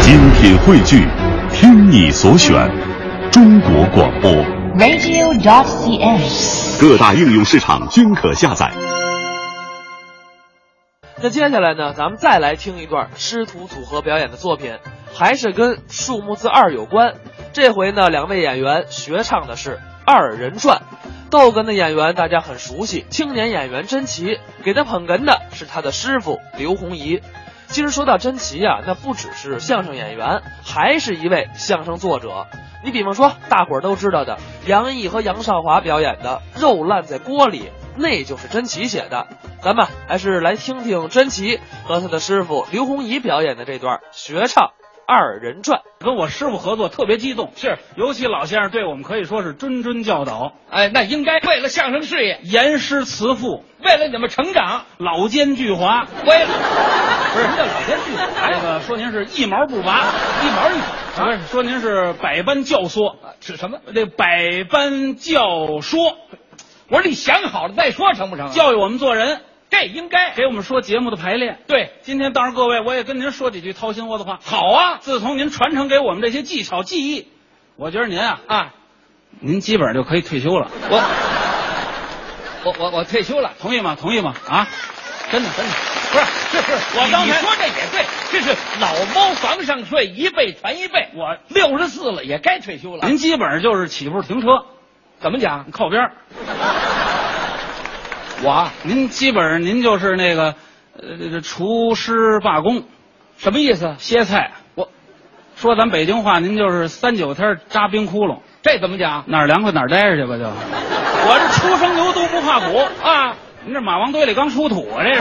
精品汇聚，听你所选，中国广播。 radio.cn。各大应用市场均可下载。那接下来呢，咱们再来听一段师徒组合表演的作品，还是跟数目字二有关。这回呢，两位演员学唱的是二人转。逗哏的演员大家很熟悉，青年演员甄奇，给他捧哏的是他的师傅刘洪怡。其实说到甄奇呀、那不只是相声演员，还是一位相声作者。你比方说，大伙儿都知道的杨毅和杨少华表演的《肉烂在锅里》，那就是甄奇写的。咱们还是来听听甄奇和他的师傅刘洪怡表演的这段学唱二人转。跟我师傅合作特别激动，是，尤其老先生对我们可以说是谆谆教导，哎，那应该为了相声事业，严师慈父，为了你们成长，老奸巨猾。为了不是什么叫老奸巨猾？那个说您是一毛不拔，一毛一拔。不是说您是百般教唆，是啊什么？这百般教唆，我说你想好了再说成不成、啊？教育我们做人，这应该给我们说节目的排练。对，今天当着各位，我也跟您说几句掏心窝子话。好啊自从您传承给我们这些技巧技艺，我觉得您啊，啊！您基本上就可以退休了，我我我我退休了，同意吗？同意吗？啊，真的真的，不是，是是，我刚你才说这也对，这是老猫房上睡，一辈传一辈。我六十四了，也该退休了。您基本上就是起步停车怎么讲？靠边儿我啊您基本上您就是那个，呃，这个厨师罢工，什么意思？歇菜。啊我说咱北京话，您就是三九天扎冰窟窿，这怎么讲哪儿凉快哪儿待着去吧就。我这初生牛犊不怕虎，啊？您这马王堆里刚出土啊，这是。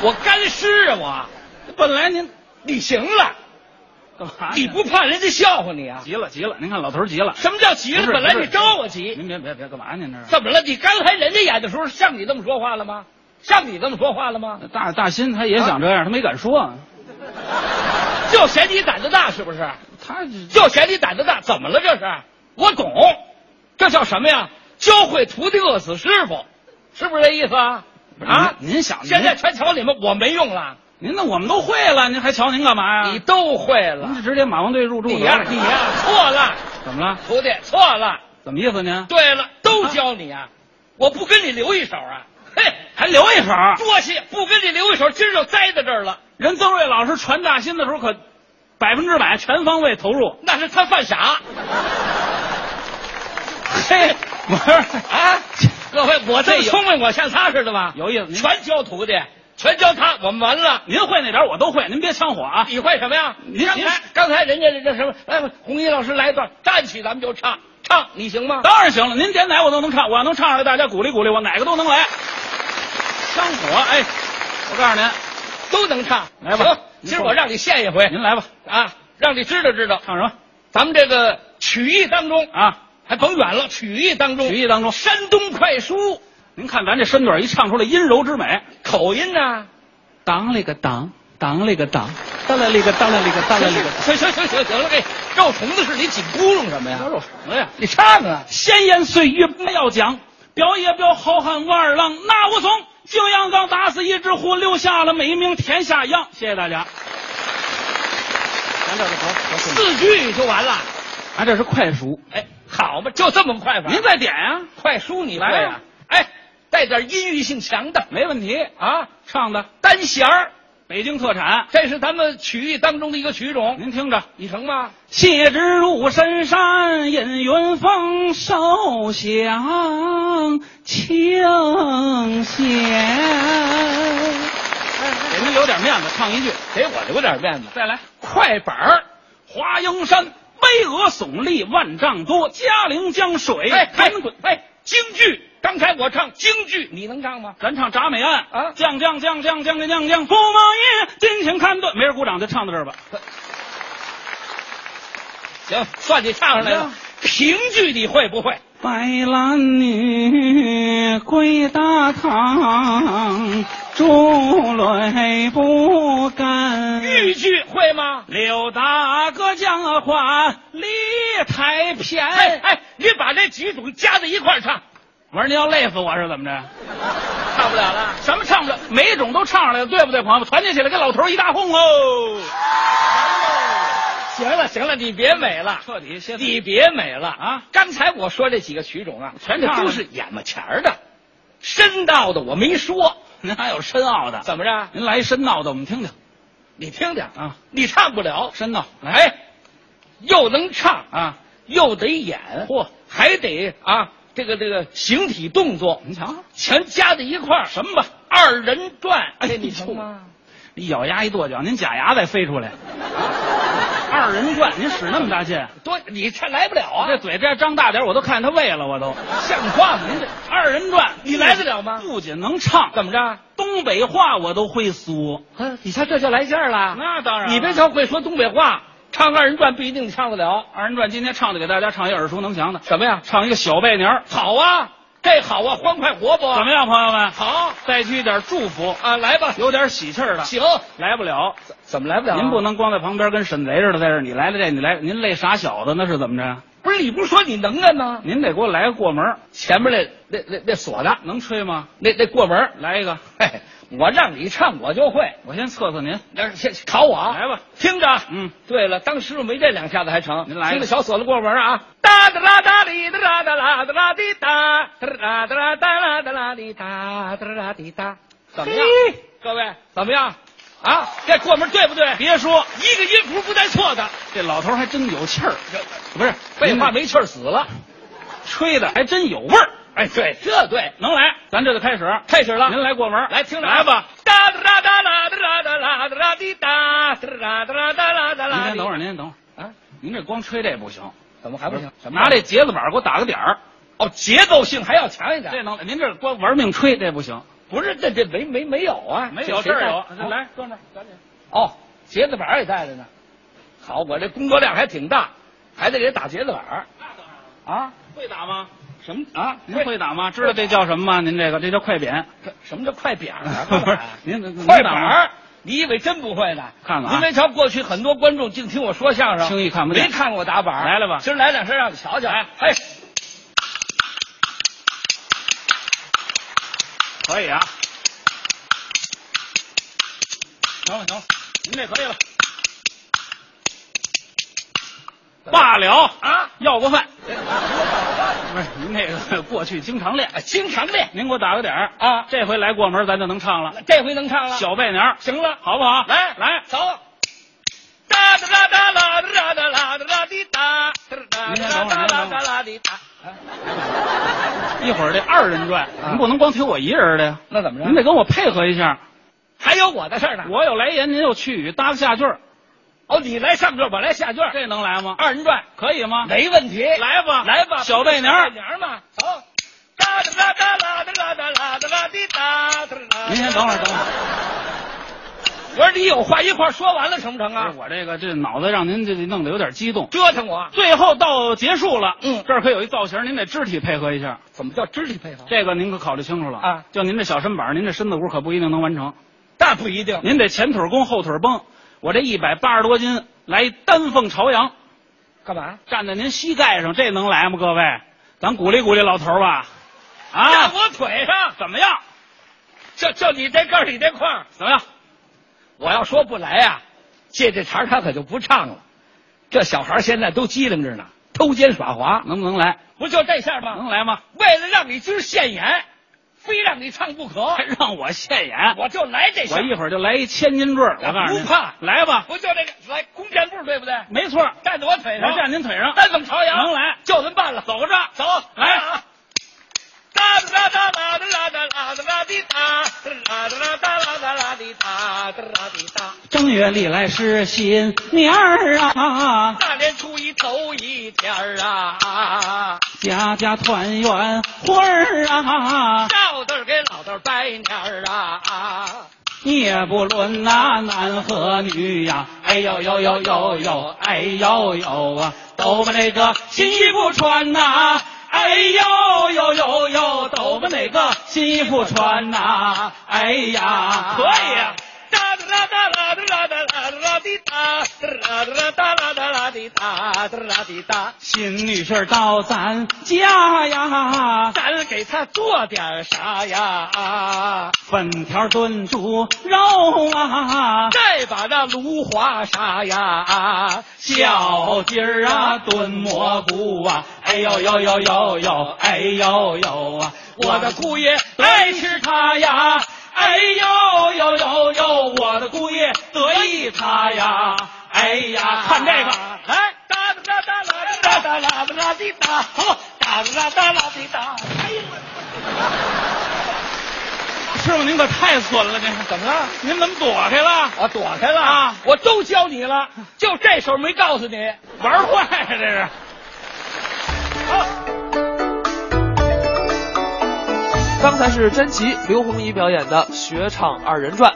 我干尸啊本来您我！你行了，干嘛呢？你不怕人家笑话你啊？急了急了，您看老头儿急了。什么叫急不了？是本来不你是招我急，您别别别，干嘛您这是？怎么了？你刚才人家演的时候像你这么说话了吗？像你这么说话了吗？大大新他也想这样，他没敢说。就嫌你胆子大是不是？他这就嫌你胆子大，怎么了这是？我懂，这叫什么呀？教会徒弟饿死师傅，是不是这意思啊？啊，您您想现您在啊全瞧你们，我没用了，您那我们都会了，您还瞧您干嘛呀？你都会您就了。直接马王队入住你呀、得了你呀、错了， 怎么了？徒弟错了。怎么意思您？对了，都教你啊，我不跟你留一手啊，嘿，还留一手？多谢，不跟你留一手，今儿就栽在这儿了。人曾瑞老师传大新的时候可百分之百全方位投 入。那是他 犯傻。嘿，不是啊！各位，我这么聪明，我像他似的吗？有意思。您全教徒弟，全教他，我们完了。您会那点儿我都会，您别呛火啊！你会什么呀？您刚您才刚才人家这什么？哎，红衣老师来一段单曲，咱们就唱唱，你行吗？ 当然行了，您点哪我都能唱，我要能唱上来，大家鼓励鼓励我，哪个都能来。呛火，哎，我告诉您， 都能唱，来吧行，您今儿说我让你现一回您来吧，啊，让你知道知道，唱什么咱们这个曲艺当中，啊？还甭远了，曲艺当中，曲艺当中山东快书您看咱这身段一唱出来，阴柔之美。口音呢、当了个当，当了个当，当了里个当了里个当行行行行行行了，哎，肉虫子是你紧咕噜什么呀？肉什么呀？你唱啊！闲言碎语不要讲，表也表好汉武二郎，那无从。景阳冈打死一只虎，留下了美名天下扬。谢谢大家。咱这是头，四句就完了。俺啊这是快熟，哎，好嘛，就这么快法。您再点呀、快书你会来啊啊？哎，带点音域性强的没问题。啊，唱的单弦儿，北京特产，这是咱们曲艺当中的一个曲种，您听着。你成吗？谢之入深山，引云峰，受享清闲。给您留点面子，唱一句，给我留点面子。哎再来。快板儿，华蓥山，巍峨耸立，万丈多；嘉陵江水，哎，哎滚。哎，京剧，刚才我唱京剧，你能唱吗？咱唱铡美案啊将将将将将将将将，驸马爷，金钱看断。没人鼓掌，就唱到这儿吧。行，算你唱上来怎了么样。评剧你会不会？白兰女归大堂，珠泪不干豫剧会吗？刘大哥讲话理太偏。哎哎，你把这几种加在一块儿唱，我说您要累死我是怎么着？唱不了了。什么唱不了？每种都唱上来了，对不对，朋友们？团结起来，跟老头儿一大哄哦！行了行了，你别美了，彻底歇你别美了啊！刚才我说这几个曲种啊，全唱了都是眼巴前儿的，深奥的我没 说。您还有深奥的？怎么着？您来深奥的，我们听听你听听啊，你唱不了，深奥哎，又能唱，啊！又得演，嚯，还得啊，这个这个形体动作，您瞧，全加在一块儿，什么吧？二人转，哎这你呦成吗？一咬牙一跺脚，您假牙再飞出来。二人转，您使那么大劲，多，你这来不了我啊！这嘴这样张大点，我都看见他胃了，我都。像话吗？您这二人转，你来得了吗不仅能唱， 怎么着？东北话我都会说。啊，你瞧这就来劲儿了。那当然了你别瞧会说东北话，唱二人转不一定唱得了。二人转今天唱的给大家唱一耳熟能详的，什么呀？唱一个小拜年儿，好啊，这好啊，欢快活泼。怎么样，朋友们？好带去一点祝福，啊？来吧，有点喜气儿的。行。来不了，怎么来不了啊？您不能光在旁边跟沈贼似的，在这儿你来了这你来，您累傻小子那是怎么着？不是你不是说你能干吗？您得给我来个过门儿，前面那那那那唢呐，能吹吗？那那过门儿，来一个，嘿，我让你唱我就会。我先测测您。那先考我啊，来吧，听着。嗯，对了，当师傅没这两下子还成。您来听着小唢呐过门啊，哒哒啦哒哩哒啦哒啦哒啦滴哒，哒啦哒啦哒啦哒啦滴哒，哒啦滴哒，怎么样？各位怎么样？啊，这过门对不对？别说，一个音符不带错的，这老头还真有气儿，不是废话没气儿死了。吹的还真有味儿。哎，对，这对，能来，咱这就开始。开始了。您来过门儿，来听着，来吧。。哒哒哒哒啦哒啦哒啦哒啦滴哒，哒哒哒啦哒啦您哒啦。先等会儿，您先等会儿啊，您这光吹这不行，怎么还不行？拿这节子板给我打个点儿，哦，节奏性还要强一点。这能？您这光玩命吹这不行，不是，这这没没没有啊，有这谁儿带有。这来，哥们儿，哦，节子板儿也带着呢。好，我这工作量还挺大，还得给打节子板儿啊。会打吗？什么啊？您会打吗？知道这叫什么吗？您这个这叫快扁，这什么叫快扁儿 啊？不是您您快打板吗儿？你以为真不会呢？看了啊您没瞧过去很多观众净听我说相声，轻易看不见没看过我打板儿来了吧今儿来两声让你瞧瞧。哎，可以啊。行了行了，您这可以了。罢了，啊，要 过饭。不是您那个过去经常练，哎经常练您给我打个点儿啊这回来过门咱就能唱了。这回能唱了。小拜年儿行了，好不好？来来，走。哒哒哒哒啦哒哒啦哒啦滴哒，哒哒哒哒啦哒啦滴哒。一会儿这二人转，啊您不能光听我一人的呀，那怎么着？您得跟我配合一下。还有我的事儿呢。我有来言，您有去语，搭个下句儿，哦，你来上句儿，我来下句儿，这能来吗？二人转可以吗？没问题。来吧，来吧，小拜年儿小拜。年儿嘛，走。哒哒哒哒啦哒啦哒啦哒啦滴哒哒啦。您先等会儿，等会儿。我说你有话一块儿说完了成不成不啊是？我这个这脑子让您这弄得有点激动。折腾我，最后到结束了，嗯这儿可有一造型，您得肢体配合一下，怎么叫肢体配合？这个您可考虑清楚了啊！就您这小身板，您这身子骨可不一定能完成，那不一定。您得前腿弓后腿绷。我这一百八十多斤，来一丹凤朝阳，干嘛？站在您膝盖上，这能来吗？各位，咱鼓励鼓励老头儿吧，站啊，我腿上。怎么样？就就你这个儿，你这块儿，怎么样？我要说不来啊，借这茬儿他可就不唱了。这小孩儿现在都机灵着呢，偷奸耍滑，能不能来？不就这下能吗？来吗？为了让你今儿现眼，非让你唱不可还，让我现眼，我就来这下我。一会儿就来一千斤坠儿，我告诉您，不怕来吧，不就这个来弓箭步对不对？没错儿，站在我腿我上，站您腿上，丹凤朝阳，能来就这么办了。走着，走，来啊！哒哒哒哒哒哒哒哒哒哒滴哒，哒哒哒哒哒哒哒滴哒，哒哒滴哒。正月里来是新年儿啊，大年初一头一天儿啊，家家团圆会儿啊，赵字儿给老头儿拜年儿啊，也不论那男和女呀、哎呦呦呦呦呦，哎呦呦啊，都把那个新衣服穿呐、哎呦呦呦呦，都把那个新衣服穿呐、哎呀，啊可以呀、哒哒哒哒啦哒啦哒啦哒啦滴答，哒啦哒啦哒啦哒啦滴答，哒啦滴答。新女婿到咱家呀，咱给他做点啥呀？啊，粉条炖猪肉啊，再把那芦花杀呀？啊，小鸡儿啊炖蘑菇啊，哎呦呦呦呦呦，哎呦呦啊，我的姑爷爱吃它呀。哎呦呦呦呦，我的姑爷得意他呀！哎呀，看这个，来哒哒哒哒哒哒啦哒啦滴哒，好哒哒哒啦滴哒。哎呦，师傅您可太损了，您怎么了？您怎么躲开了？我躲开了啊！我都教你了，就这手没告诉你，玩坏了这是。刚才是甄奇、刘洪怡表演的学唱二人转。